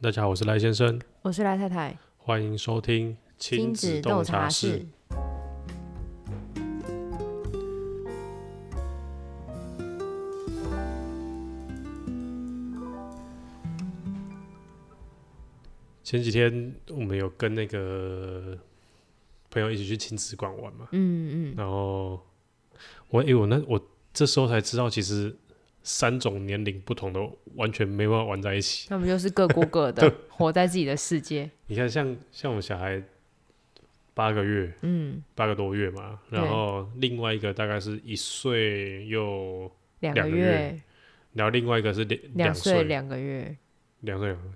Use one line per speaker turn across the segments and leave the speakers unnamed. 大家好，我是赖先生，
我是赖太太，
欢迎收听亲子
豆
洞察室。
室。
前几天我们有跟那个朋友一起去亲子馆玩嘛，
嗯 嗯，
然后我诶、我那我这时候才知道，其实三种年龄不同的完全没办法玩在一起。
那我们就是各过各的，活在自己的世界。
你看像，像我小孩八个月，
嗯，
八个多月嘛，
对
然后另外一个大概是一岁又，
两
两
个
个月，然后另外一个是两
两
岁
岁两个月
两岁两个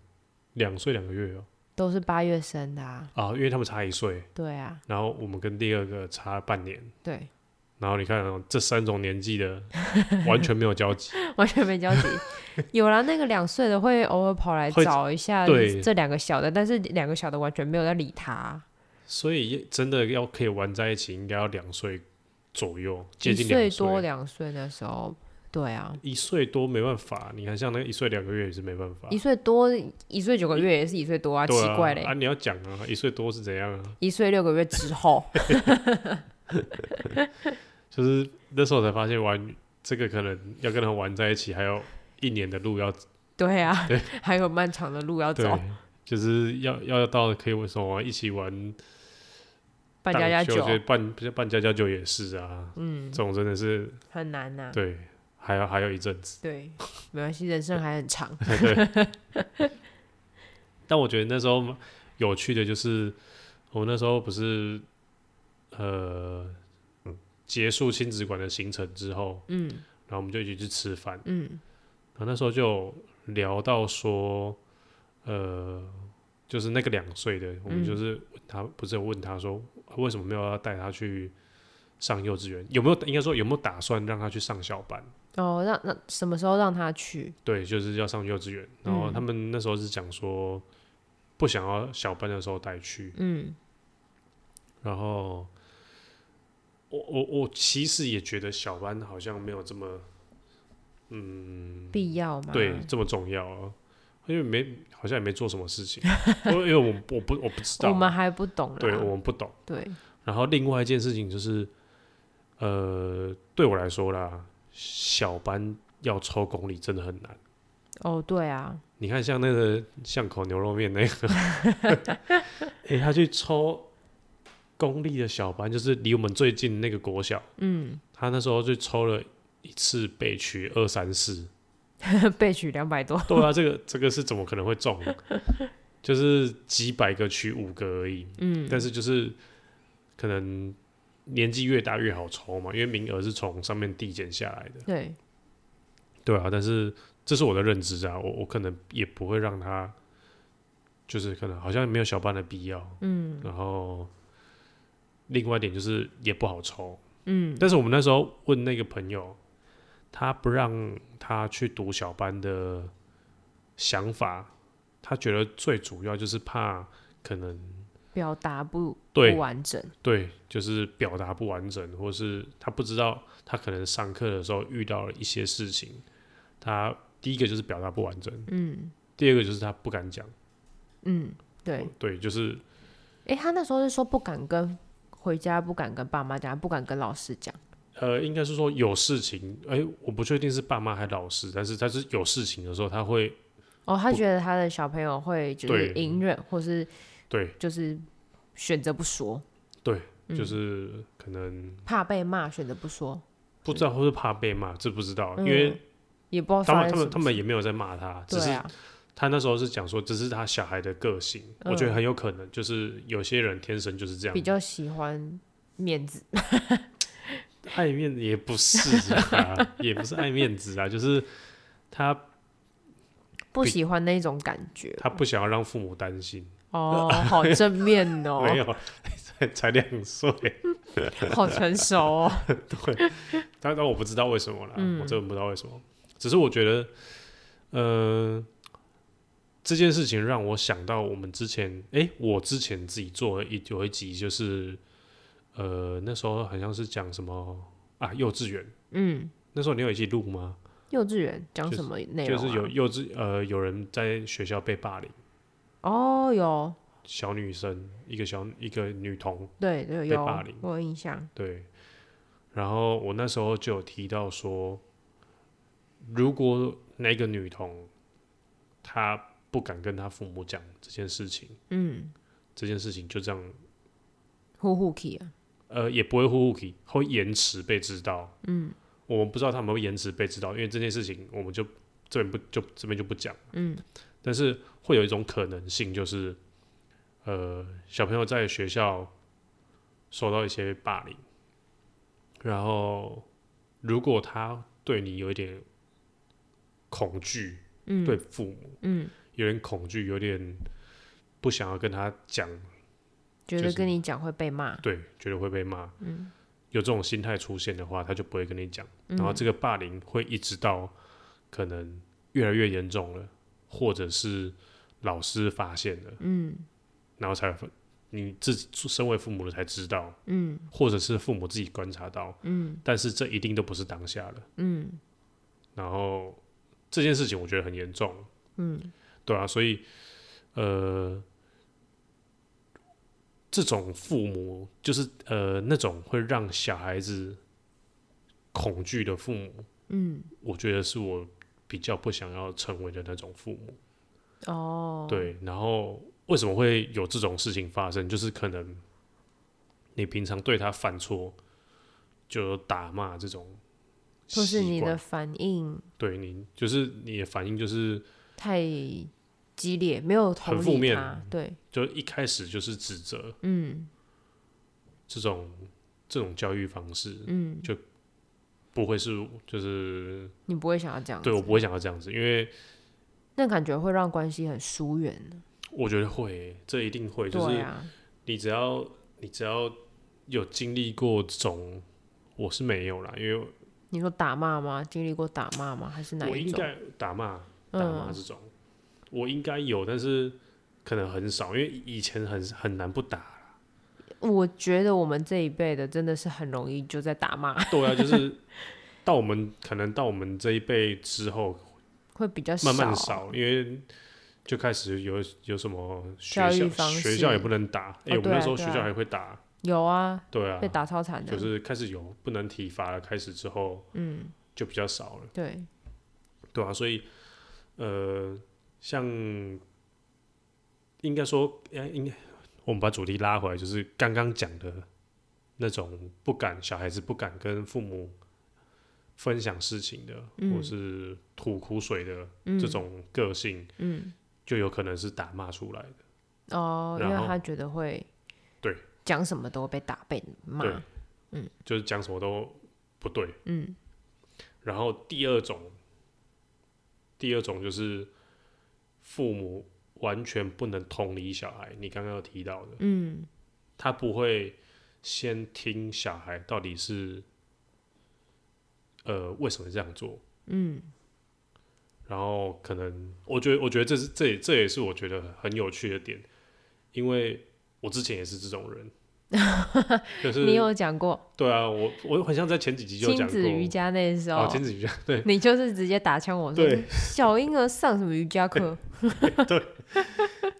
两岁两个月哦
都是八月生的啊。
啊，因为他们差一岁，
对啊，
然后我们跟第二个差半年，
对，
然后你看、哦、这三种年纪的完全没有交 集，
完全没交集。有啦，那个两岁的会偶尔跑来
会
找一下
对
这两个小的，但是两个小的完全没有在理他。
所以真的要可以玩在一起，应该要两岁左右，接
一
近
岁
两
多两岁的时候，对啊，
一岁多没办法，你看像那个一岁两个月也是没办法
一，岁多一岁九个月也是一岁多啊，
对
奇怪嘞
啊，啊，你要讲啊，一岁多是怎样啊？
一岁六个月 之后，
就是那时候才发现玩这个可能要跟他玩在一起，还有一年的路要
对啊，还有漫长的路要
对
走，，
就是要要到可以为什么一起玩
扮家家
荡
酒
秋千半半家家酒也是啊，
嗯
这，种真的是
很难呐、
对，还要还有一阵子，
对，没关系，人生还很长。
对。 但我觉得那时候有趣的就是，我那时候不是呃结束亲子馆的行程之后，
嗯
然后我们就一起去吃饭，
嗯
然后那时候就有聊到说，呃，就是那个两岁的，我们
嗯
就是问他，不是有问他说，为什么没有要带他去上幼稚园？有没有应该说有没有打算让他去上小班？
哦，让让什么时候让他去？
对，就是要上幼稚园。然后
嗯
他们那时候是讲说，不想要小班的时候带去。
嗯
然后我我我其实也觉得小班好像没有这么，嗯，
必要吗？
对，这么重要啊？因为没好像也没做什么事情， 因为因为我们我不我不知道，
我们还不懂啦。
对我们不懂。
对
然后另外一件事情就是，呃，对我来说啦，小班要抽公里真的很难。
哦，对啊，
你看，像那个巷口牛肉面那个，诶，他去抽公立的小班，就是离我们最近那个国小，
嗯，
他那时候就抽了一次被取二三四，
被取两百多，
对啊，这个这 个是怎么可能会中？就是几百个取五个而已，
嗯，
但是就是可能年纪越大越好抽嘛，因为名额是从上面递减下来的。
对，
对啊，但是这是我的认知啊，我我可能也不会让他，就是可能好像没有小班的必要。
嗯
然后另外一点就是也不好抽，
嗯
但是我们那时候问那个朋友，他不让他去读小班的想法，他觉得最主要就是怕可能
表达不
对
不完整，
对，就是表达不完整，或是他不知道他可能上课的时候遇到了一些事情，他第一个就是表达不完整，
嗯
第二个就是他不敢讲，
嗯，对。
对，就是
诶，他那时候是说不敢跟回家，不敢跟爸妈讲，不敢跟老师讲。
呃，应该是说有事情，哎、我不确定是爸妈还老师，但是他是有事情的时候，他会
哦，他
不
觉得他的小朋友会就是
对
隐忍，或是
对
就是选择不说，
对，
嗯
就是可能
怕被骂，选择不说，
不知道或是怕被骂，这不知道，因为
嗯也不知道
他
发
们他
生什
们
么
他们也没有在骂他，只
事对
是
啊，
他那时候是讲说，只是他小孩的个性，我觉得很有可能就是有些人天生就是这样，
嗯比较喜欢面子，
爱面也不是啊，也不是爱面子 啊，就是他
不
比
喜欢那种感 觉。
他不想要让父母担心，
哦，好正面哦，
没有才才两岁，
好成熟哦。
对，但但我不知道为什么啦，
嗯
我真的不知道为什么，只是我觉得，呃，这件事情让我想到我们之前，诶，我之前自己做了一有一集，就是呃那时候好像是讲什么啊幼稚园，
嗯，
那时候你有一起录吗？
幼稚园讲
就是
什么内容、
就
啊？
是有幼稚呃有人在学校被霸凌，
哦，有，
小女生，一个小一个女童，
对对
被
有
霸凌，
我有印象。
对。然后我那时候就有提到说，如果那个女童她不敢跟她父母讲这件事情，
嗯，
这件事情就这样，
呼呼 k 啊，
呃，也不会忽忽提，会延迟被知道。嗯，我们不知道他们会延迟被知道，因为这件事情我们就这边不就这边就不讲。
嗯，
但是会有一种可能性，就是呃，小朋友在学校受到一些霸凌，然后如果他对你有一点恐惧，
嗯，
对，父母
嗯，
有点恐惧，有点不想要跟他讲，
觉
就
得
是
跟你讲会被骂，
对，觉得会被骂，嗯，有这种心态出现的话，他就不会跟你讲，
嗯
然后这个霸凌会一直到可能越来越严重了，或者是老师发现了。
嗯
然后才你自己身为父母的才知道，
嗯
或者是父母自己观察到，
嗯
但是这一定都不是当下的。
嗯
然后这件事情我觉得很严重，
嗯
对啊，所以呃，这种父母就是呃那种会让小孩子恐惧的父母，
嗯，
我觉得是我比较不想要成为的那种父母。
哦，，
对，然后为什么会有这种事情发生？就是可能你平常对他犯错，就有打骂这种习惯，
或是你的反应
对你就是你的反应就是
太激烈，没有同
很负
理
面
他，对，
就一开始就是指责
嗯
这种这种教育方式，
嗯，
不会是就是
你不会想要这样子，
对我不会想要这样子，因为
那感觉会让关系很疏远，
我觉得会，这一定会，就是
对啊，
你只要你只要有经历过这种，我是没有啦，因为
你说打骂吗？经历过打骂吗？还是哪
我
一
应
种？
该打骂打骂
嗯
这种，我应该有，但是可能很少，因为以前很很难不打。
我觉得我们这一辈的真的是很容易就在打骂，
对啊，就是到我们可能到我们这一辈之后，
会比较
慢慢少，因为就开始有有什么学
教育
校
方
学
式
校也不能打，哎、
哦
我们
对啊
那时候学
对啊
校还会打，
有啊，
对啊
被，打超惨的，
就是开始有不能体罚了，开始之后
嗯，
就比较少了。
对，
对啊，所以呃，像应该说，呃应该我们把主题拉回来，就是刚刚讲的那种不敢小孩子不敢跟父母分享事情的，或
嗯
是吐苦水的、
嗯
这种个性，
嗯，
就有可能是打骂出来的。
哦，因
然
为
后
他觉得会
对
讲什么都会被打被骂，
对，就是讲什么都不对。
嗯
然后第二种，第二种就是父母完全不能同理小孩，你刚刚有提到的。
嗯
他不会先听小孩到底是呃为什么这样做，
嗯
然后可能我觉得，我觉得这是这也这也是我觉得很有趣的点，因为我之前也是这种 人，就是
你有讲过
对啊，我我很像在前几集就有
亲
讲过
子瑜伽那时候
哦，，亲子瑜伽对
你就是直接打枪我说
对
小婴儿上什么瑜伽课，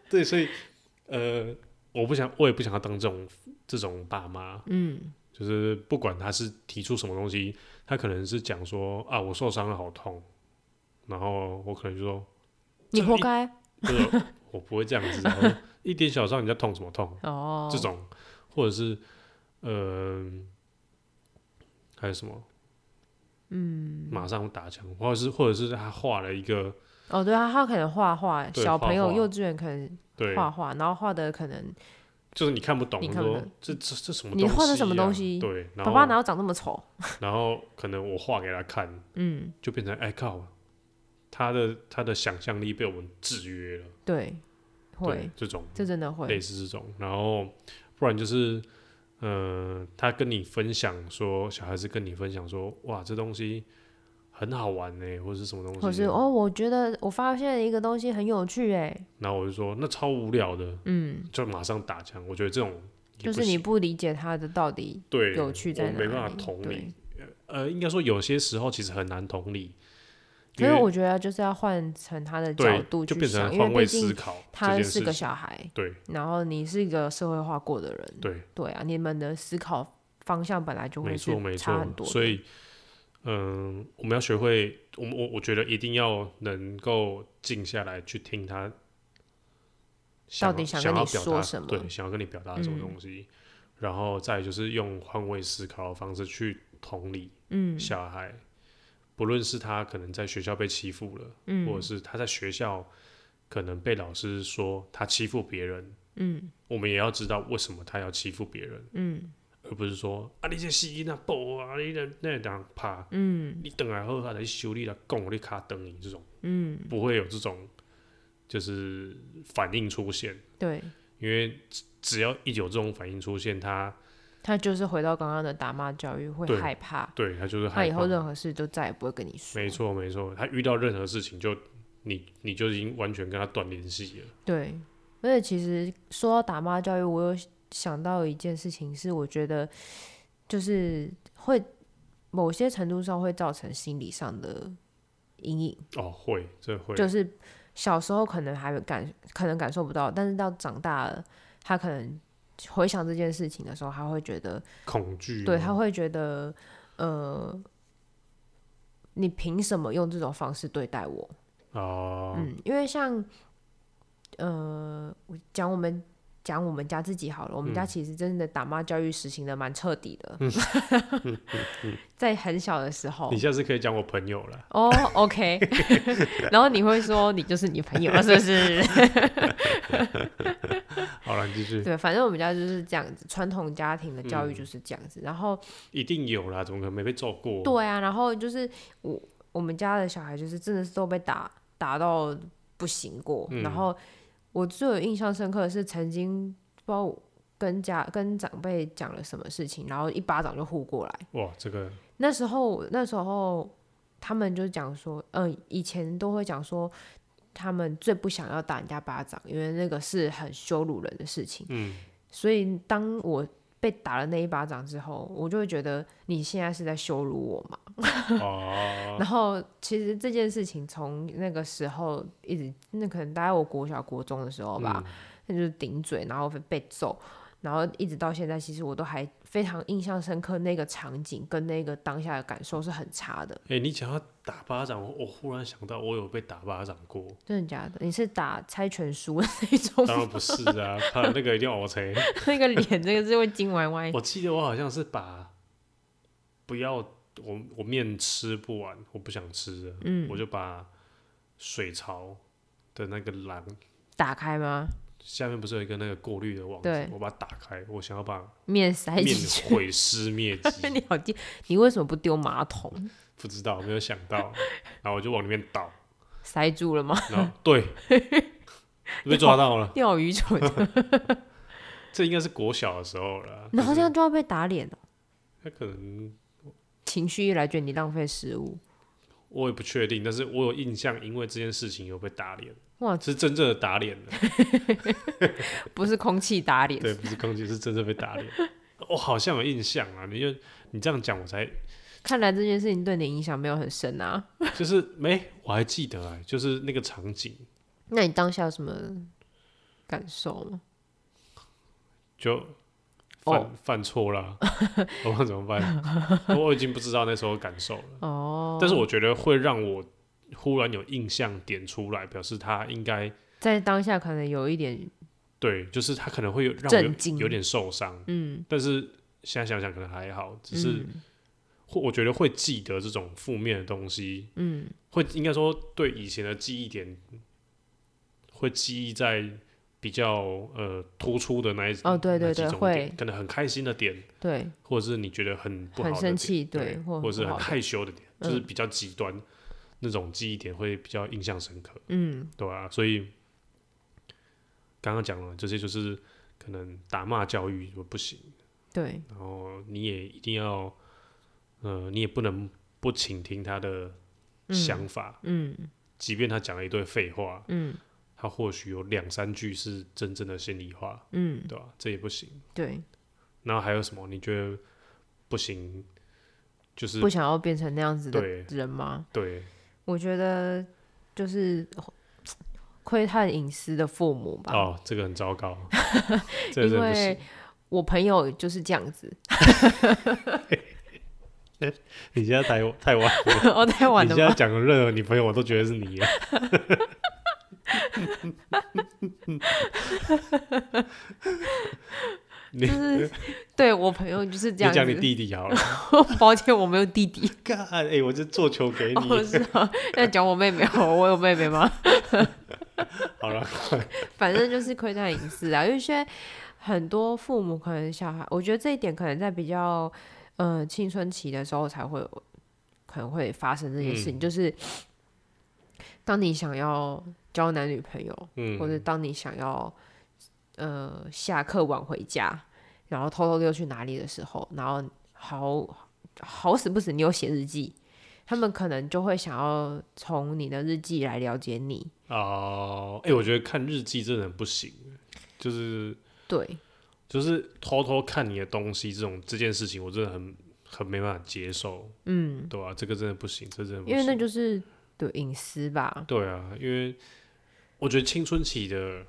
对，所以呃，我不想我也不想要当这种这种爸妈，
嗯
就是不管他是提出什么东西，他可能是讲说啊，我受伤了，好痛，然后我可能就说，
你
这
活
一
该
就是我不会这样子啊，我一点小伤你在痛什么痛？
哦，
这种，或者是嗯、还有什么？嗯，马上打枪，或者是或者是他画了一个
哦，对啊，他可能画画，
对
小
画
朋友
画
幼稚园可能
对，
画画，然后画的可能
就是你看不懂，
你
你
看不
说
懂
这这这什么、东
你画的什么
西啊
东西
对，然
爸
后
爸哪有长那么丑，
然后可能我画给他看，
嗯，
就变成哎靠，他的他的想象力被我们制约了，
对，
对
会，
这种
这真的
类
会，
似这种，然后不然就是，呃，他跟你分享说，小孩子跟你分享说，哇，这东西很好玩呢、或者是什么东西的，
或是哦，我觉得我发现一个东西很有趣，哎，
然后我就说那超无聊的，
嗯，
就马上打枪。我觉得这种也
就
不
是你
行
不理解他的到底
对
有趣
我
在哪里，
没办法同
对
理，呃，应该说有些时候其实很难同理，
所
因
以
为
我觉得就是要换成他的角
对
度
就
去
变成
想，因为
换位
毕
思
竟
考这
他
件
是
事
个
情。
嗯小孩，
对
然后你是一个社会化过的人，
对，
对啊，你们的思考方向本来就
没
会
错没
是差
错
很。多的，
所以，嗯，我们要学会，我们我我觉得一定要能够静下来去听他
到底
想要
想跟
要
你
表
说
达
什么
对，想要跟你表达什么
嗯
东西。然后再来就是用换位思考的方式去同理
嗯
小孩，不论是他可能在学校被欺负了，
嗯，
或者是他在学校可能被老师说他欺负别人，
嗯
我们也要知道为什么他要欺负别人，
嗯
而不是说啊你这死囡仔暴啊，你那那人怕
嗯
你等来后他来修理来供你卡等你这种，
嗯，
不会有这种就是反应出现，
对，
因为只只要一有这种反应出现，他
他就是回到刚刚的打骂教育，会
对
害怕，
对他就是
他
害
以后
怕。
任何事都再也不会跟你说，
没，错没错，他遇到任何事情就你你就已经完全跟他断联系了。
对，而且其实说到打骂教育，我有想到一件事情，是我觉得就是会某些程度上会造成心理上的阴影，
哦，会，这会，
就是小时候可能还感可能感受不到，但是到长大了，他可能回想这件事情的时候，他会觉得，
恐惧吗，哦
对，他会觉得，呃，你凭什么用这种方式对待我？
哦，
嗯，因为像，呃，我讲我们讲我们家自己好了，我
嗯
们家其实真的打骂教育实行的蛮彻底的，
嗯
在很小的时候
你。下次可以讲我朋友了。
哦、o k 然后你会说你就是你朋友了，是 不是？
好了，你继续。
对，反正我们家就是这样子，传统家庭的教育
嗯
就是这样子。然后，
一定有啦，怎么可能没被揍过？
对啊，然后就是我我们家的小孩就是真的是都被打打到不行过。然后我最有印象深刻的是曾经不知道跟家跟长辈讲了什么事情，然后一巴掌就呼过来。
哇，这个
那时候那时候他们就讲说，嗯、以前都会讲说。他们最不想要打人家巴掌，因为那个是很羞辱人的事情。
嗯，
所以当我被打了那一巴掌之后，我就会觉得你现在是在羞辱我嘛。
哦，
然后其实这件事情从那个时候一直，那可能大概我国小国中的时候吧，
嗯
那就是顶嘴，然后被被揍，然后一直到现在，其实我都还非常印象深刻那个场景跟那个当下的感受是很差的，
哎、你讲到打巴掌，我我忽然想到，我有被打巴掌过。
真的假的？你是打猜拳输的那种
当
吗，
然不是 啊，他那个一定要我猜。
那个脸真的是会金歪歪。
我记得我好像是把不要我我面吃不完，我不想吃了，
嗯
我就把水槽的那个栏
打开吗？
下面不是有一个那个过滤的网
对
子，我把它打开，我想要把
面塞
面
进去。
毁尸灭迹，
你好贱，你为什么不丢马桶？
不知道没有想到，然后我就往里面倒，
塞住了吗？
然后对被抓到了，
钓鱼 球的，
这应该是国小的时候了，啊
然后
就
这
是
样就要被打脸了。
他可能
情绪一来，觉得你浪费食物。
我也不确定，但是我有印象，因为这件事情有被打脸，
哇，
是真正的打脸的，
不是空气打脸，
对，不是攻击，是真正被打脸。我好像有印象啊，你就你这样讲，我才
看来这件事情对你影响没有很深啊。
就是没、我还记得哎、就是那个场景，
那你当下有什么感受吗？
就
哦
犯、犯错啦，我不知道怎么办，我已经不知道那时候的感受了。
哦，
但是我觉得会让我忽然有印象点出来，表示他应该
在当下可能有一点，
对，就是他可能会有让我
震惊
有有点受伤，
嗯，
但是现在想想可能还好，只是
嗯
会我觉得会记得这种负面的东西，
嗯，
会应该说对以前的记忆点会记忆在。比较呃突出的那一
哦对对
那几
对
种
会
点可能很开心的点，
对，
或者是你觉得很不好
很
的
生
点
气，
对，
或
者是
不
很
好的
害羞的点，就是
嗯
比较极端、那种记忆点会比较印象深刻，
嗯
对啊，所以刚刚讲了这些，就是可能打骂教育就不行，
对，
然后你也一定要，呃，你也不能不倾听他的想法，
嗯
即便他讲了一堆废话，
嗯
他或许有两三句是真正的心里话，
嗯，
对吧、啊这也不行。
对，
然后还有什么？你觉得不行？就是
不想要变成那样子的
对
人吗？
对，
我觉得就是窥探隐私的父母吧，
哦，这个很糟 糕，这个真
因
的不行
为。我朋友就是这样子，
你现在太太晚了，
我哦太 晚
你
了
现
吗
在？讲的任何女朋友，我都觉得是 你啊。你
就是对我朋友就是这
你
样
讲你
子。
弟弟好了，
抱歉，我没有弟弟。
干哎、我这做球给 你，
哦，是啊，要讲我妹妹 哦，我有妹妹吗？
好了，
反正就是窥探隐私啊，因为 现在很多父母可能小孩，我觉得这一点可能在比较呃青春期的时候才会有可能会发生这件事情，就是当你想要交男女朋友，或
嗯，
者当你想要呃下课晚回家，然后偷偷溜去哪里的时候，然后好好死不死你有写日记，他们可能就会想要从你的日记来了解你。
哦，哎、我觉得看日记真的很不行，就是
对，
就是偷偷看你的东西这种这件事情，我真的很很没办法接受，
嗯，
对啊？这个真的不行，这真的不
因
行，
为那就是对隐 私吧。
对啊，因为我觉得青春期的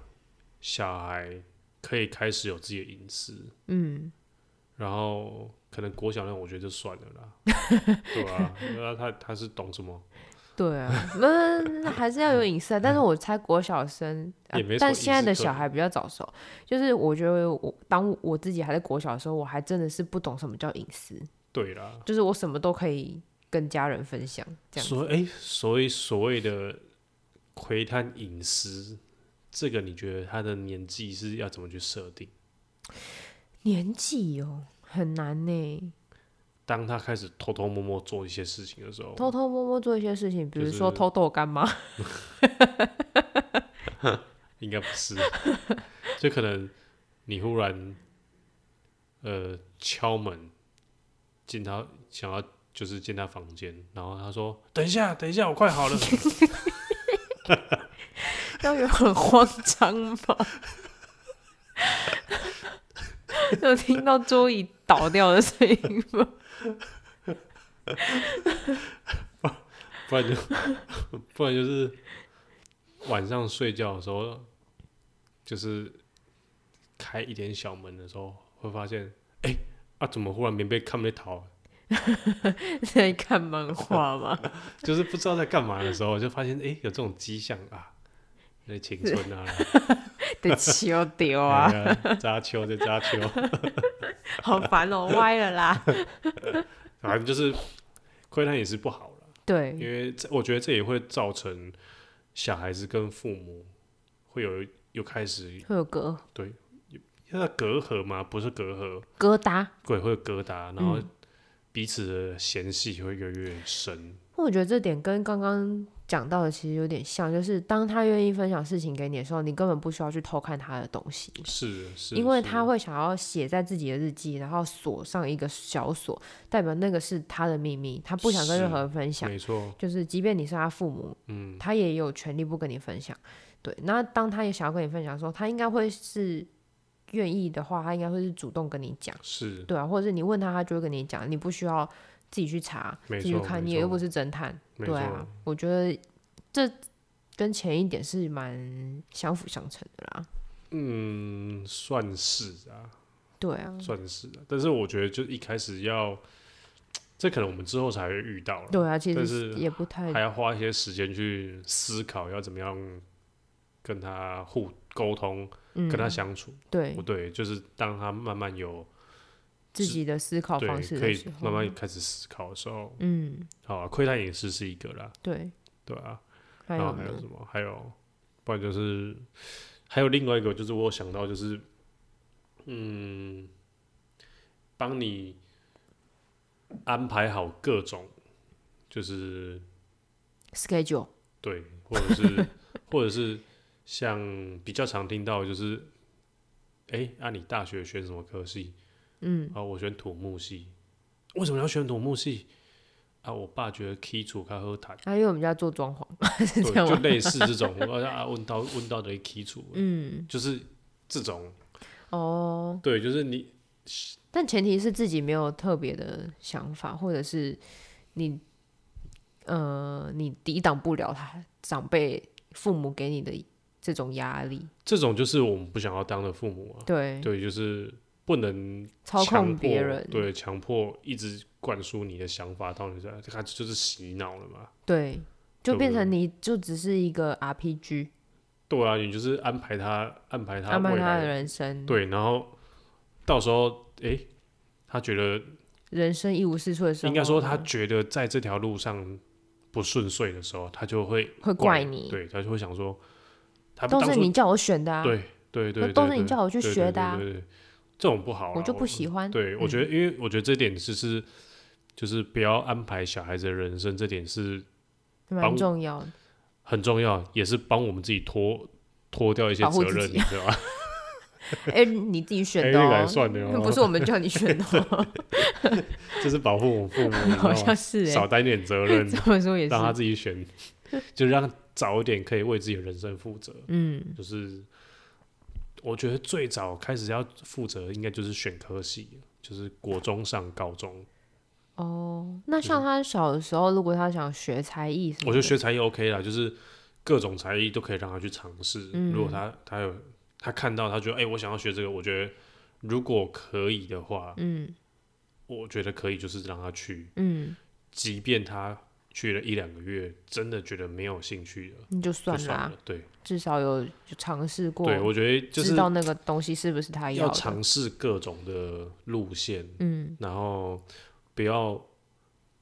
小孩可以开始有自己的隐私，
嗯，
然后可能国小那种我觉得就算了 啦，对啊，那他他是懂什么？
对啊，那那还是要有隐私啊。但是我猜国小生，
嗯
啊
也没什么
但
隐私
现在的
可
小
言
孩比较早熟。就是我觉得我当我自己还在国小的时候，我还真的是不懂什么叫隐私。
对啦，
就是我什么都可以跟家人分享，这样子
所哎、所以所谓的窥探隐私，这个你觉得他的年纪是要怎么去设定？
年纪哦很难呢，
当他开始偷偷摸摸做一些事情的时候，
偷偷摸摸做一些事情，比
哦就
如说
是
偷豆干嘛，
应该不是， 就可能你忽然呃敲门进他想要就是进他房间，然后他说等一下等一下我快好了，
要有很慌张吗？ 有听到桌椅倒掉的声音吗？
不然就 不然就是晚上睡觉的时候就是开一点小门的时候会发现哎、啊怎么忽然棉被看不逃，
在看漫画 吗？
就是不知道在干嘛的时候就发现哎、有这种迹象啊，那青春 啊。
得丢丢啊，
哎呀，扎秋在扎秋，
好烦哦，歪了啦。
反正就是窥探也是不好了，因
对，
为这我觉得这也会造成小孩子跟父母会有有开始
会有疙
那隔阂嘛，不是隔阂，
疙瘩。
鬼会有疙瘩，然后
嗯
彼此的嫌隙会越来越深。
我觉得这点跟刚刚讲到的其实有点像，就是当他愿意分享事情给你的时候，你根本不需要去偷看他的东西，
是是，
因为
是
他会想要写在自己的日记，然后锁上一个小锁，代表那个是他的秘密，他不想跟
是
任何人分享。
没错，
就是即便你是他父母，
嗯，
他也有权利不跟你分享。对，那当他也想要跟你分享的时候，他应该会是愿意的话，他应该会是主动跟你讲。
是
对啊，或者是你问他，他就会跟你讲，你不需要自己去查、
没
自己去
错
看，
没
你又
错
不是侦探。
没
对啊
错。，
我觉得这跟前一点是蛮相辅相成的啦。
嗯，算是啊，
对啊，
算是啊，但是我觉得就一开始要，这可能我们之后才会遇到了。
对啊，其
但
实
是
也不太
还要花一些时间去思考要怎么样跟他互沟通，
嗯，
跟他相处。
对
不对，就是当他慢慢有
自己的思考
对
方式
可
的
以
时候，
慢慢开始思考的时候，
嗯，
好啊，窥探也是是一个啦，
对，
对啊，
还
然
有
后还有
呢
什么？还有，不然就是还有另外一个，就是我有想到就是，嗯，帮你安排好各种就是
，schedule，
对，或者是 或者是像比较常听到的就是，哎、啊你大学选什么科系？
嗯，
啊我选土木系，为什么要选土木系？啊我爸觉得基础他喝痰，
还有我们家做装潢 是这
对，
样
就
吗？
类似这种，我啊问到问到的基础，
嗯，
就是这种，
哦，
对，就是你
但前提是自己没有特别的想法，或者是你呃，你抵挡不了他长辈、父母给你的这种压力，
这种就是我们不想要当的父母啊。
对，
对，就是不能
操
强
控别
迫
人，
对，强迫一直灌输你的想法到你这，他就是洗脑了嘛。
对，
对
就
不
变
对
成你就只是一个 RPG，
对啊，你就是安排他，安排他
安
未
排他
来
的人生，
对，然后到时候，诶，他觉得
人生一无是处的时候，
应该说他觉得在这条路上不顺遂的时候，他就会
会怪你
对，他就会想说，他
都
当
是
初
你叫我选的啊，
对对对，
都
对
是你
对
叫我去
对
学
对
的啊
对对对这种不好啦，
我就不嗯喜欢
对，我觉得，因为我觉得这点就是就是不要安排小孩子的人生，这点是帮
蛮重要 的。
很重要，也是帮我们自己脱脱掉一些
保护
责
自
任，
己
你知 道吧？
哎，你自己选
哎，
的
那个还
哦，
算的
不
哦，
是我们叫你选的 哦，
就是保护我们 父母，你知道
好
吗
像是哎
少，担点责任，
这么说也是
让，他自己选， 就让他早一点可以为自己的人生负责。
嗯，
就是我觉得最早开始要负责，应该就是选科系，就是国中上高中，
哦，那像他小的时候，如果他想学才艺什么的，
我觉得学才艺 OK 啦，就是各种才艺都可以让他去尝试。
嗯
如果他他有他看到他觉得哎、我想要学这个，我觉得如果可以的话，
嗯
我觉得可以，就是让他去，
嗯，
即便他去了一两个月，真的觉得没有兴趣了，
你就算
就
了
算
啊
了，，对
至少有尝试过，
对，我觉得就
知
是
道那个东西是不是他
要
的，
尝试各种的路线，
嗯
然后不要，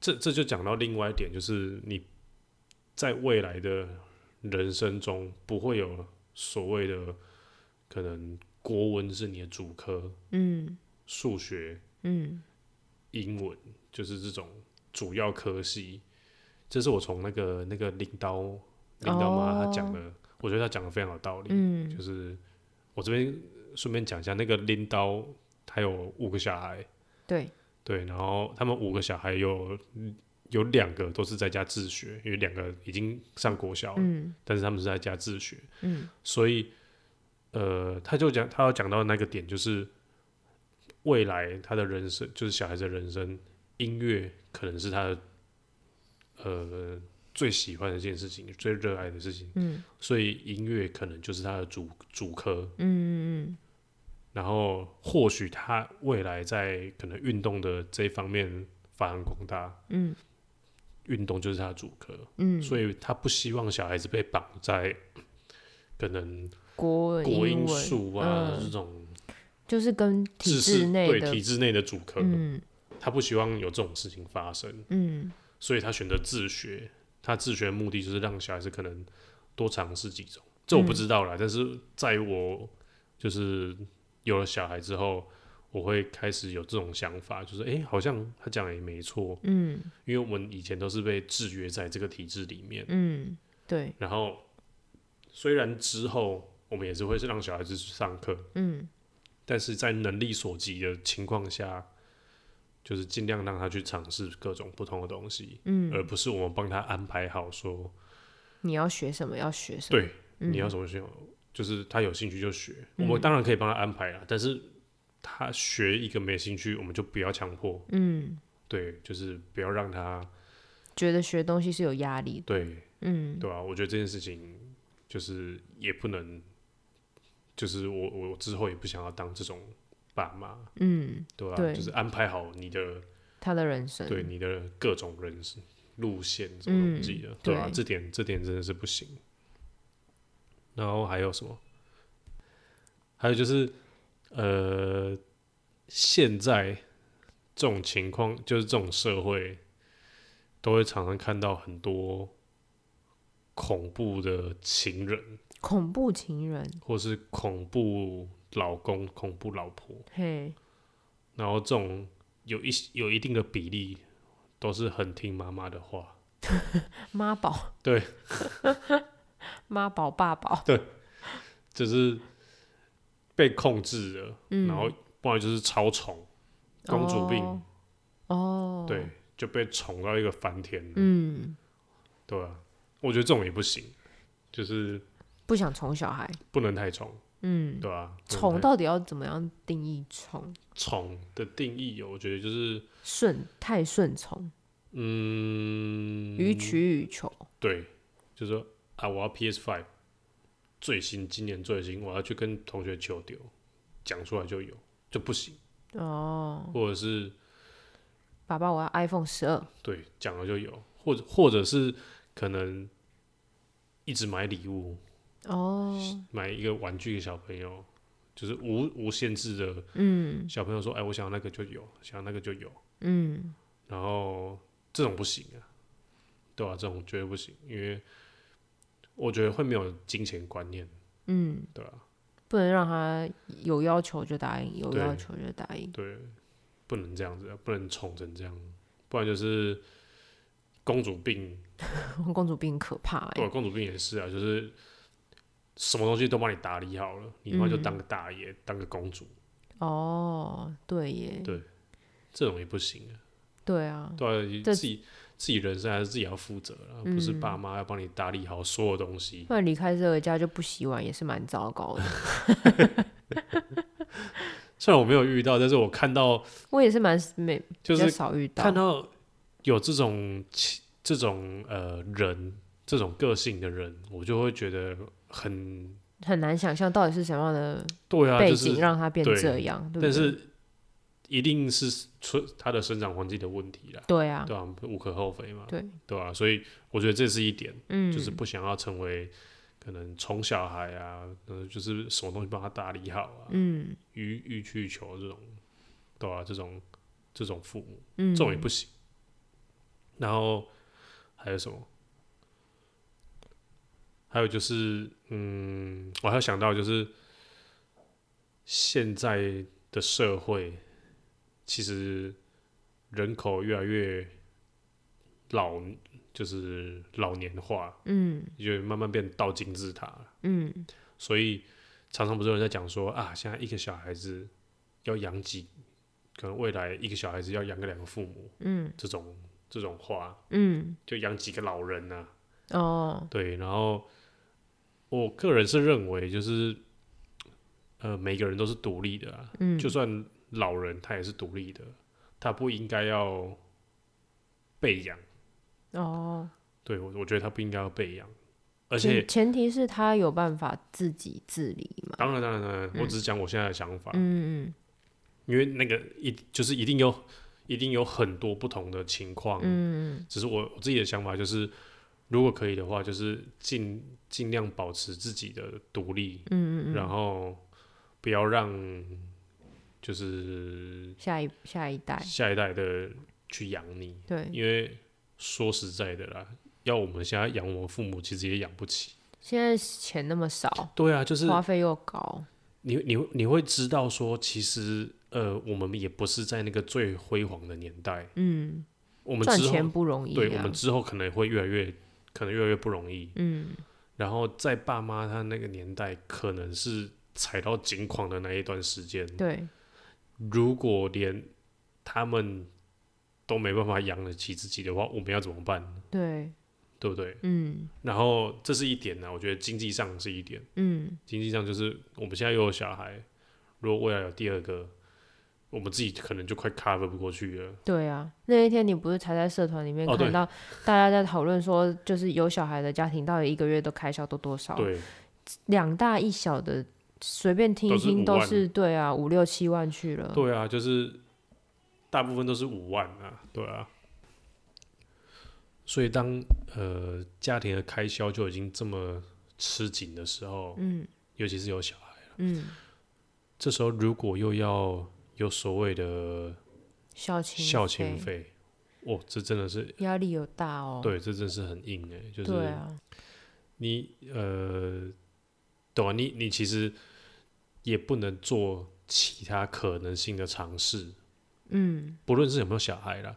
这这就讲到另外一点，就是你在未来的人生中不会有所谓的可能国文是你的主科，
嗯
数学、
嗯，
英文就是这种主要科系。这是我从那个那个领导领导妈她讲的，我觉得她讲的非常有道理。
嗯
就是我这边顺便讲一下，那个领导她有五个小孩，
对，
对，然后他们五个小孩有有两个都是在家自学，因为两个已经上国小了，
嗯
但是他们是在家自学，
嗯
所以呃，他就讲他要讲到那个点，就是未来他的人生，就是小孩子的人生，音乐可能是他的呃最喜欢的一件事情，最热爱的事情，
嗯
所以音乐可能就是他的主主科，
嗯嗯
然后或许他未来在可能运动的这一方面发扬光大，
嗯
运动就是他的主科，
嗯，
所以他不希望小孩子被绑在可能
国文
国
英
英
文
数啊、
嗯
这种
就是跟体
知
制
识
内
对
的
体，制内的主科，
嗯
他不希望有这种事情发生，
嗯
所以他选择自学。他自学的目的就是让小孩子可能多尝试几种，这我不知道啦。但是在我就是有了小孩之后，我会开始有这种想法，就是诶，好像他讲的也没错，
嗯
因为我们以前都是被制约在这个体制里面。
嗯，对，
然后虽然之后我们也是会是让小孩子去上课，
嗯
但是在能力所及的情况下，就是尽量让他去尝试各种不同的东西，而
嗯，
不是我们帮他安排好说，
你要学什么要学什么，
对，你要
嗯
什么学，就是他有兴趣就学。
嗯
我们当然可以帮他安排啦，但是他学一个没兴趣，我们就不要强迫，
嗯，
对，就是不要让他
觉得学东西是有压力的，
对
嗯
对啊，我觉得这件事情就是也不能，就是我我我之后也不想要当这种爸妈，
嗯，
对吧、
对
就是安排好你的
他的人生，
对你的各种人生路线什么东西的，
嗯嗯
对吧、
对
这点这点真的是不行。然后还有什么？还有就是，呃，现在这种情况，就是这种社会，都会常常看到很多恐怖的情人，
恐怖情人，
或是恐怖老公、恐怖老婆。
嘿，
然后这种有一有一定的比例都是很听妈妈的话，
妈宝，
对，
妈宝爸宝，
就是被控制了，
嗯，
然后不然就是超宠，公主病，
哦哦，
对，，就被宠到一个翻天了，
嗯，
对啊，我觉得这种也不行，就是
不想宠小孩，
不能太宠，
嗯，
对啊，不能
宠
太
到底要怎么样定义宠？
宠的定义哦，我觉得就是
顺太顺从，
嗯，
予取予求。
对，就是说啊，我要 PS Five 最新，今年最新，我要去跟同学求丢，讲出来就有就不行，
哦，
或者是
爸爸，我要 iPhone 十二。
对讲了就有，或者或者是可能一直买礼物，
哦，
买一个玩具给小朋友，就是无无限制的
嗯
小朋友说，哎，我想要那个就有，想要那个就有，
嗯，
然后这种不行啊，对啊，这种绝对不行，因为我觉得会没有金钱观念，嗯，对啊，
不能让他有要求就答应，有
对
要求就答应。
对，不能这样子啊，不能宠成这样，不然就是公主病，
公主病很可怕哎、
对啊、公主病也是啊，就是什么东西都帮你打理好了，你他妈就
嗯
当个大爷，当个公主，
哦，对耶，
对这种也不行啊，
对啊，
对啊，
这嗯
自己自己人生还是自己要负责啊，不是爸妈要帮你打理好所有东西，
不然离开这个家就不洗碗也是蛮糟糕的。
虽然我没有遇到，但是我看到
我也是蛮没
就
比较
是
少遇到
看，到有这种气这种呃人这种个性的人，我就会觉得很
很难想象到底是什么样的
对啊，
背
就是
景让他变
对
这样，对不
但
对？
是一定是出他的生长环境的问题啦，
对啊，
对啊，无可厚非嘛，
对，
对啊，所以我觉得这是一点，
嗯，
就是不想要成为可能宠小孩啊，呃，就是什么东西帮他打理好啊，
嗯
予欲去求这种，对啊，这种这种父母，
嗯，
这种也不行。然后还有什么？还有就是，嗯，我还有想到就是，现在的社会其实人口越来越老，就是老年化，
嗯
就慢慢变倒金字塔了。
嗯
所以常常不是有人在讲说啊，现在一个小孩子要养几，可能未来一个小孩子要养个两个父母，
嗯
这种这种话，
嗯，
就养几个老人呐、啊
哦，
对，然后我个人是认为，就是呃，每个人都是独立的、啊，
嗯，
就算老人他也是独立的，他不应该要被养。
哦，
对我，我觉得他不应该要被养，而且
前前提是他有办法自己自理嘛，
当然当然当然，我只是讲我现在的想法，
嗯嗯
因为那个一就是一定有一定有很多不同的情况，
嗯
只是我我自己的想法就是，如果可以的话，就是尽尽量保持自己的独立，
嗯嗯
然
嗯，
后不要让就是
下一下一代，
下一代的去养你，
对，
因为说实在的啦，要我们现在养我们父母，其实也养不起。
现在钱那么少，
对啊，就是
花费又高，
你你你会知道说，其实呃，我们也不是在那个最辉煌的年代，
嗯，
我们
赚
之后
钱不容易、啊，
对，我们之后可能会越来越，可能越来越不容易。
嗯
然后在爸妈他那个年代，可能是踩到井矿的那一段时间。
对，
如果连他们都没办法养得起自己的话，我们要怎么办？
对，
对不对？
嗯
然后这是一点啊呢、我觉得经济上是一点，
嗯
经济上就是我们现在又有小孩，如果未来有第二个，我们自己可能就快 cover 不过去了。
对啊，那一天你不是才在社团里面
哦对
看到大家在讨论说，就是有小孩的家庭到底一个月都开销都多少？
对，
两大一小的，随便听一听
都是五
都
万
是对啊，五六七万去了。
对啊，就是大部分都是五万啊，对啊。所以当呃家庭的开销就已经这么吃紧的时候，
嗯
尤其是有小孩，
嗯，
这时候如果又要有所谓的
孝亲
孝亲费，哦，这真的是
压力有大哦。
对，这真是很硬哎、就是
对啊，
你呃，懂啊，你你其实也不能做其他可能性的尝试，
嗯
不论是有没有小孩啦，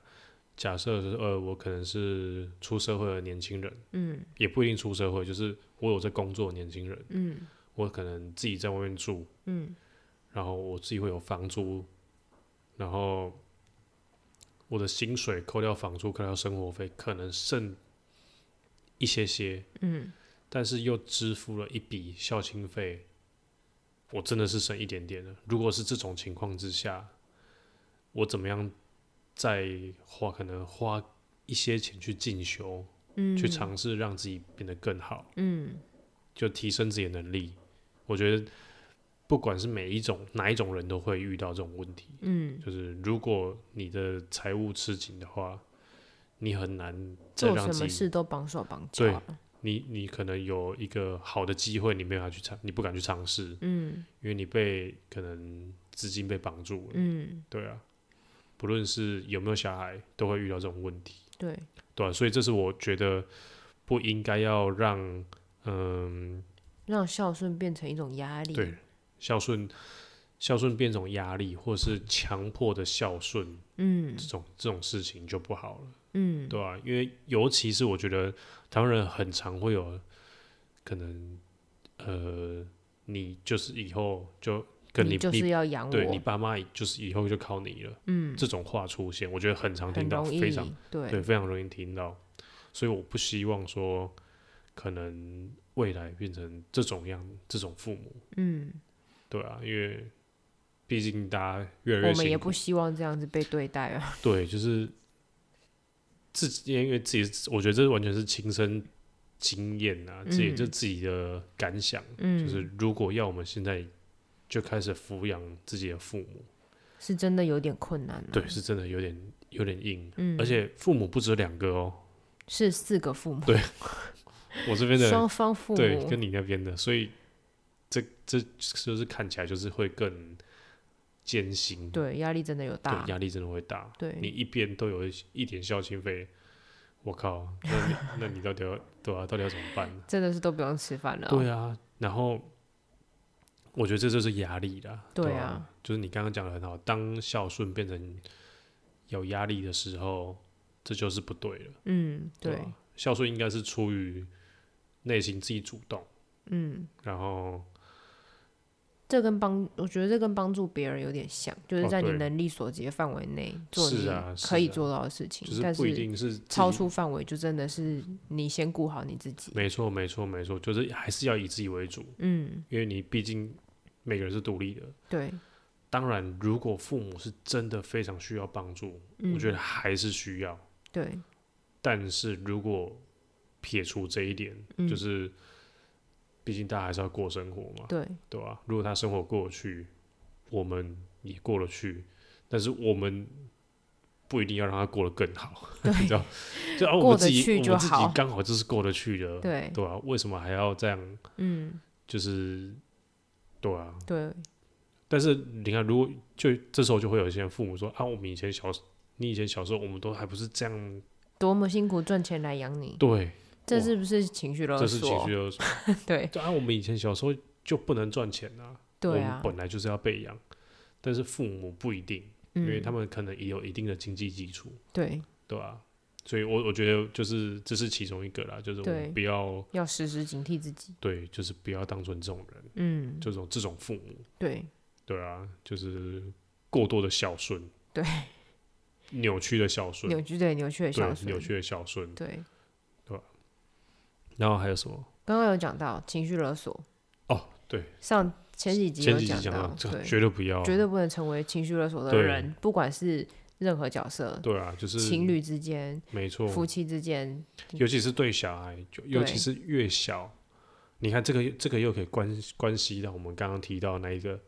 假设是呃，我可能是出社会的年轻人，
嗯
也不一定出社会，就是我有在工作的年轻人，
嗯
我可能自己在外面住，
嗯
然后我自己会有房租，然后我的薪水扣掉房租，扣掉生活费，可能剩一些些，
嗯，
但是又支付了一笔孝亲费，我真的是省一点点了。如果是这种情况之下，我怎么样再花可能花一些钱去进修，
嗯，
去尝试让自己变得更好，
嗯
就提升自己的能力。我觉得不管是每一种哪一种人都会遇到这种问题，
嗯，
就是如果你的财务吃紧的话，你很难再
做
让
什
自
么
己，
事都绑手绑脚
对
啊，
你你可能有一个好的机会，你没有要去尝，你不敢去尝试，
嗯
因为你被可能资金被绑住了，
嗯，
对啊，不论是有没有小孩，都会遇到这种问题，
对，
对啊、所以这是我觉得不应该要让，嗯，
让孝顺变成一种压力，
对，孝顺孝顺变成压力，或是强迫的孝顺
嗯
这种这种事情就不好了，
嗯，
对啊，因为尤其是我觉得台湾人很常会有可能，呃，你就是以后就跟
你
你
就是要养
对你
我，
爸妈就是以后就靠你了，
嗯，
这种话出现，我觉得很常
很
听到，
容易
非常，对，
对，
非常容易听到，所以我不希望说可能未来变成这种样，这种父母，
嗯，
对啊，因为毕竟大家越来
我
越
们也
辛苦
不，希望这样子被对待啊，
对，就是自己，因为自己，我觉得这完全是亲身经验啊，自己、
嗯
就自己的感想，
嗯，
就是如果要我们现在就开始抚养自己的父母，
是真的有点困难、啊，
对，，是真的有点有点硬，
嗯，
而且父母不止两个哦，
是四个父母，
对我这边的
双方父
对跟
母，
你那边的，所以这这就是看起来就是会更艰辛，
对，压力真的有
对
大，
压力真的会大。
对，
你一边都有一一点孝心费，我靠，那你那你到底要对啊？到底要怎么办 呢？
真的是都不用吃饭了，哦
对啊，然后我觉得这就是压力啦。
对啊
对啊，就是你刚刚讲的很好，当孝顺变成有压力的时候，这就是不对了。
嗯，
对啊
对，
吧，孝顺应该是出于内心自己主动，
嗯，
然后
这跟帮，我觉得这跟帮助别人有点像，就是
哦
在你
对
能力所及的范围内做
是
你
啊是
可以
啊
做到的事情，
就是
但
不一
是
定是自己
超。出范围就真的是你先顾好你自己，
没错，没错，没错，就是还是要以自己为主，
嗯，
因为你毕竟每个人是独立的。
对，
当然，如果父母是真的非常需要帮助，
嗯，
我觉得还是需要。
对，
但是如果撇除这一点，
嗯
就是毕竟大家还是要过生活嘛，
对，
啊对吧、如果他生活过得去，我们也过得去，但是我们不一定要让他过得更好， 你知道？就啊，我
过
们
得
自己
去
我
就
们自己
好
刚好就是过得去的，
对，
对啊，为什么还要这样？
嗯，
就是对啊，
对，
但是你看，如果就这时候就会有一些父母说啊，我们以前小时，你以前小时候，我们都还不是这样，
多么辛苦赚钱来养你，
对，
这
哇
是不是情绪勒
这是情
索
绪？勒索。
对，
对啊，我们以前小时候就不能赚钱啊，
对
我们
啊，
本来就是要被养，但是父母不一定，因为
嗯，
他们可能也有一定的经济基础，
对，
对吧、所以我，我觉得就是这是其中一个啦，就是我
对
们不要
要时时警惕自己，
对，就是不要当成这种人，
嗯，
这种这种父母，
对，
对啊，就是过多的孝顺，
对，
扭曲的孝顺，
扭曲对扭曲的
对
孝，顺
扭，曲的孝顺。
对，
然后还有什么？
刚刚有讲到情绪勒索，
哦，对，
上前几集
前
有
几集讲
到，
到，这
对，
绝对不要，
绝对不能成为情绪勒索的
对
人，不管是任何角色，
对啊，就是
情，侣之间、
没错，
夫妻之间，
尤其是对小孩，就尤其是越小，你看这个这个又可以关关系到我们刚刚提到那一个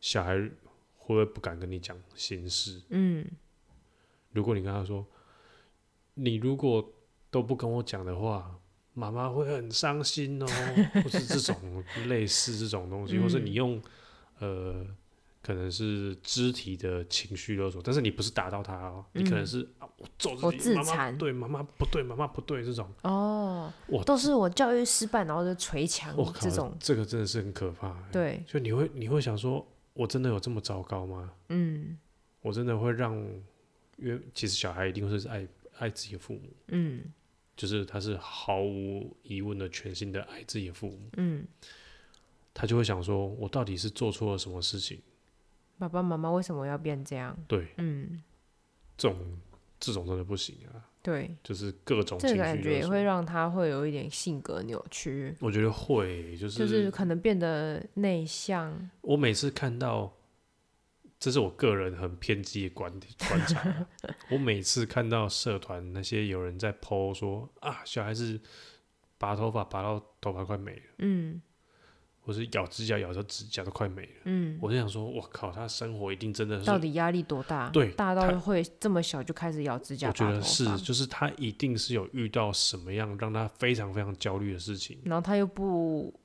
小孩会不会不敢跟你讲心事？
嗯，
如果你跟他说，你如果都不跟我讲的话，妈妈会很伤心 哦，或是这种类似这种
嗯
东西，或是你用呃，可能是肢体的情绪勒索，但是你不是打到他哦，你可能是、啊，我揍
嗯我
自己，
自
妈妈
残
对妈妈不对，妈妈不对这种，
哦
哇，
都是我教育失败，然后就捶墙
我靠，
嗯这种，
这个真的是很可怕、，
对，
就你会你会想说，我真的有这么糟糕吗？
嗯
我真的会让，因为其实小孩一定会是爱爱自己的父母。
嗯
就是他是毫无疑问的全心的爱自己的父母，
嗯，
他就会想说，我到底是做错了什么事情？
爸爸妈妈为什么要变这样？
对，
嗯，
这种这种真的不行啊，
对，
就是各种情
这
绪
个感觉
勒
也
索
会，让他会有一点性格扭曲，
我觉得会，就是、
就是可能变得内向，
我每次看到这是我个人很偏激的观观察 啊。我每次看到社团那些有人在 PO 说啊，小孩子拔头发拔到头发快没了，
嗯
或是咬指甲咬到指甲都快没了，
嗯，
我就想说，我靠，他生活一定真的是
到底压力多大？
对
大到
他
会这么小就开始咬指甲，
我觉
拔
得
头
是
发，
就是他一定是有遇到什么样让他非常非常焦虑的事情，
然后他又不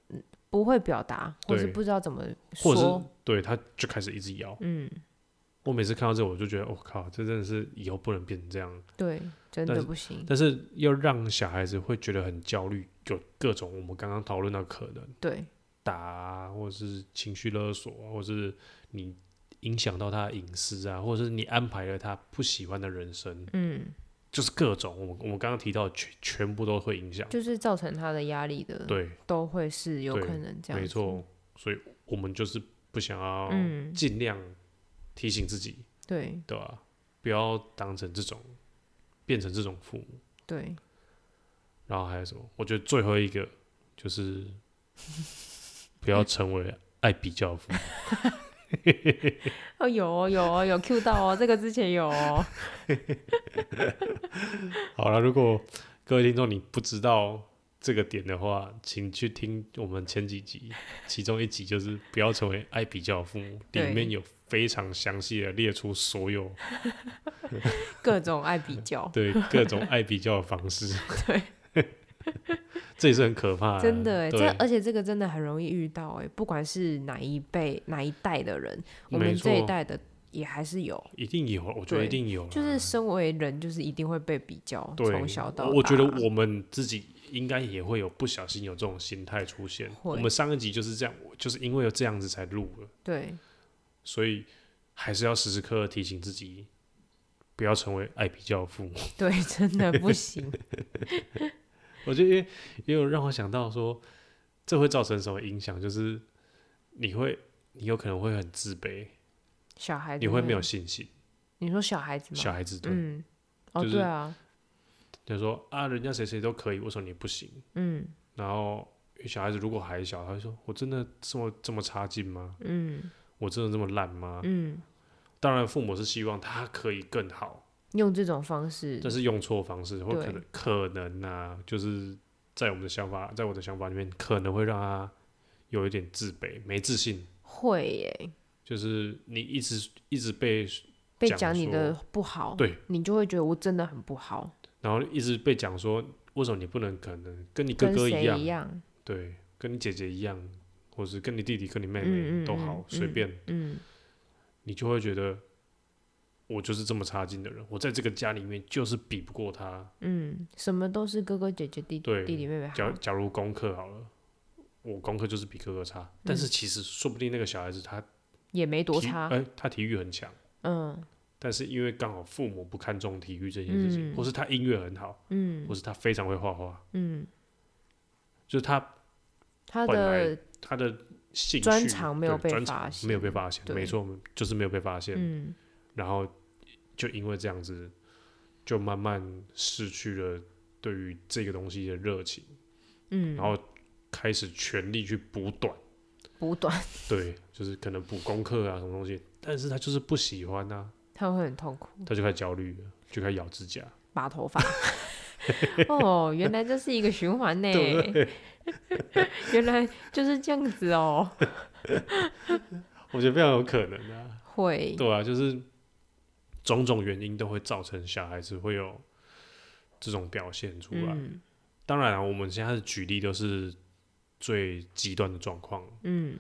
不会表达，或是
对
不知道怎么
或者是
说，
对他就开始一直摇。
嗯，
我每次看到这，我就觉得我、哦靠，这真的是以后不能变成这样。
对，真
但是
的不行，
但是要让小孩子会觉得很焦虑，有各种我们刚刚讨论到可能
对，
打、啊，或者是情绪勒索啊，或者是你影响到他的隐私啊，或者是你安排了他不喜欢的人生，
嗯，
就是各种我们我们刚刚提到的全全部都会影响。
就是造成他的压力的，
对，
都会是有
对
可能这样，
没，错，哦所以我们就是不想要
嗯
尽量提醒自己，
对
对吧、不要当成这种变成这种父母。
对，
然后还有什么？我觉得最后一个就是不要成为爱比较的父母。
哦，有哦有哦有 Q 到哦，这个之前有哦，
好了，如果各位听众你不知道这个点的话，请去听我们前几集，其中一集就是不要成为爱比较的父母，里
对
面有非常详细的列出所有
各种爱比较，
对各种爱比较的方式。
对，
这也是很可怕的，啊
真的哎，这
对，
而且这个真的很容易遇到哎，不管是哪一辈哪一代的人，我们
没错
这一代的也还是有，
一定有，我觉得
对
一定有啦，
就是身为人，就是一定会被比较，
对
从小到
我我觉得
大
我们自己应该也会有不小心有这种心态出现。
会
我们上一集就是这样，我就是因为有这样子才录了，
对
所以还是要时时刻刻提醒自己，不要成为爱比较的父母。
对，真的不行，
我觉得也也有让我想到说，这会造成什么影响？就是你会，你有可能会很自卑，
小孩子
你会没有信心。
你说小孩子吗？
小孩子对，
嗯，哦，
就是
对啊，
就说啊，人家谁谁都可以，为什么你不行？
嗯
然后小孩子如果还小，他会说：“我真的这么这么差劲吗？
嗯
我真的这么烂吗？”
嗯，
当然，父母是希望他可以更好，
用这种方式
但，是用错方式，或
嗯对
可能可能啊，就是在我们的想法，在我的想法里面，可能会让他有一点自卑、没自信，
会耶，
就是你一直一直被，
被
讲
讲你
说
的不好，
对，
你就会觉得我真的很不好，
然后一直被讲说，为什么你不能可能跟你哥
跟
哥
谁
一样，
一样，
对，跟你姐姐一样，或是跟你弟弟、跟你妹
嗯
妹
嗯
都好
嗯，
随、
嗯
便，
嗯，
你就会觉得我就是这么差劲的人，我在这个家里面就是比不过他，
嗯，什么都是哥哥姐姐、弟弟
对
弟弟妹妹好
假，假如功课好了，我功课就是比哥哥差，但是其实说不定那个小孩子他
也没嗯多
体
差
哎、，他体育很强，呃
嗯
但是因为刚好父母不看重体育这件事情，
嗯
或是他音乐很好，
嗯
或是他非常会画画，
嗯，
就是他
他
本来
的
他的兴趣
专长没有
对
被
专
发
长
现
没有被发现，
对
没错，就是没有被发现，
嗯
然后就因为这样子，就慢慢失去了对于这个东西的热情，
嗯，
然后开始全力去补短。
补短，
对，就是可能补功课啊，什么东西，但是他就是不喜欢啊，
他会很痛苦。
他就开始焦虑了，就开始咬指甲。
拔头发。哦，原来这是一个循环 呢，
对
原来就是这样 子哦。
我觉得非常有可能啊，
会，
对啊，就是种种原因都会造成小孩子会有这种表现出来。
嗯
当然、啊，我们现在的举例都是最极端的状况，
嗯，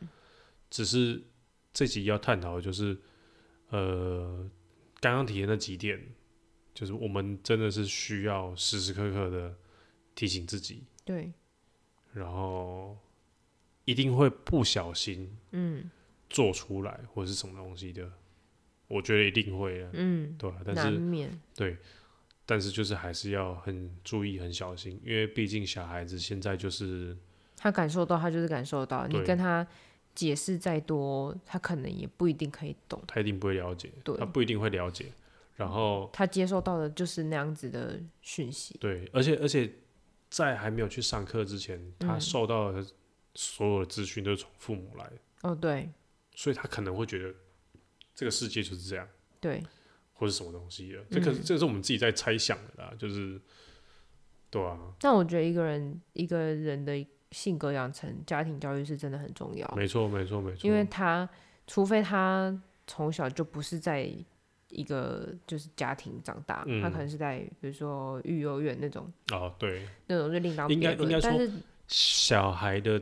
只是这集要探讨的就是，呃，刚刚提的那几点，就是我们真的是需要时时刻刻的提醒自己，
对，
然后一定会不小心
嗯
做出来或是什么东西的，我觉得一定会的，
嗯，
对、啊、但
难
是
免，
对，但是就是还是要很注意、很小心，因为毕竟小孩子现在就是
他感受到，他就是感受到，你
对
跟他解释再多，他可能也不一定可以懂。
他一定不会了解，
对
他不一定会了解，然后
他接受到的就是那样子的讯息，
对，而且而且在还没有去上课之前，他
嗯
受到的所有的资讯都是从父母来的，
哦，对，
所以他可能会觉得这个世界就是这样，
对，
或是什么东西的，这
嗯
个、这个是我们自己在猜想的啦，就是对啊，
但我觉得一个人一个人的性格养成，家庭教育是真的很重要，
没错没错没错，
因为他除非他从小就不是在一个就是家庭长大，
嗯
他可能是在比如说育幼院那种
啊对，
那种就另当
应该
别论
应该，
但
说
是
小孩的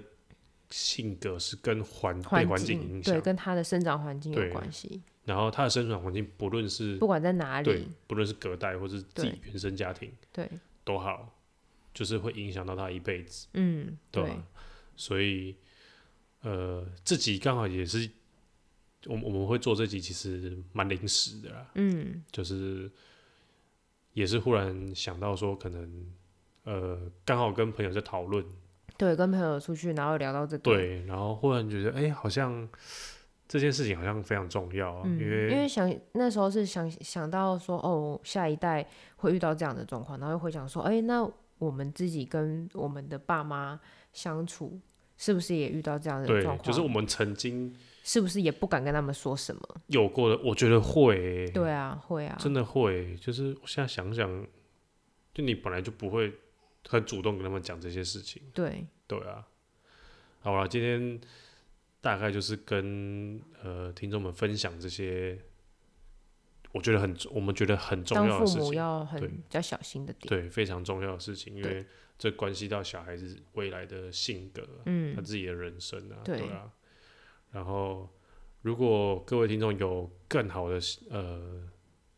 性格是跟环被
环
环境影响
对，跟他的生长环境
对
有关系，
然后他的生存环境不论是
不管在哪
对
里，，
不论是隔代或是自己
对
原生家庭
对，
都好，就是会影响到他一辈子。
嗯，
对啊
对
吧，所以呃，这集刚好也是我们我们会做这集，其实蛮临时的啦，
嗯，
就是也是忽然想到说，可能呃，刚好跟朋友在讨论，
对，跟朋友出去，然后聊到这个，
对，然后忽然觉得，哎、好像这件事情好像非常重要啊，
嗯，
因
因
为
为想那时候是想想到说，哦，下一代会遇到这样的状况，然后又回想说，哎、那我们自己跟我们的爸妈相处，是不是也遇到这样的
对
状，况？
就是我们曾经
是不是也不敢跟他们说什么？
有过的，我觉得会、欸
对啊，会啊，
真的会，欸就是我现在想想，就你本来就不会很主动跟他们讲这些事情。
对，
对啊，好了，今天大概就是跟呃听众们分享这些，我觉得很我们觉得很重
当
要的
父
事
母
情，
要很
对
比较小心的点。
对，非常重要的事情，因
对
为这关系到小孩子未来的性格、他
嗯，
自己的人生啊，
对
对啊。然后，如果各位听众有更好的呃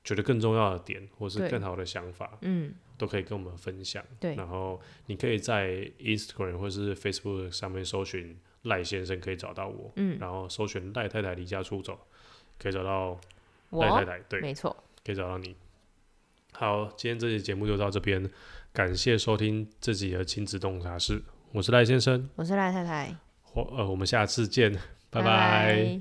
觉得更重要的点，或是
对
更好的想法，
嗯，
都可以跟我们分享。
对
然后你可以在 Instagram 或是 Facebook 上面搜寻赖先生，可以找到我。
嗯
然后搜寻赖太太离家出走，可以找到
我
赖太太，对，
没错，
可以找到你。好，今天这期节目就到这边，感谢收听这集的亲子洞察室，我是赖先生，
我是赖太太，
我呃，我们下次见，拜
拜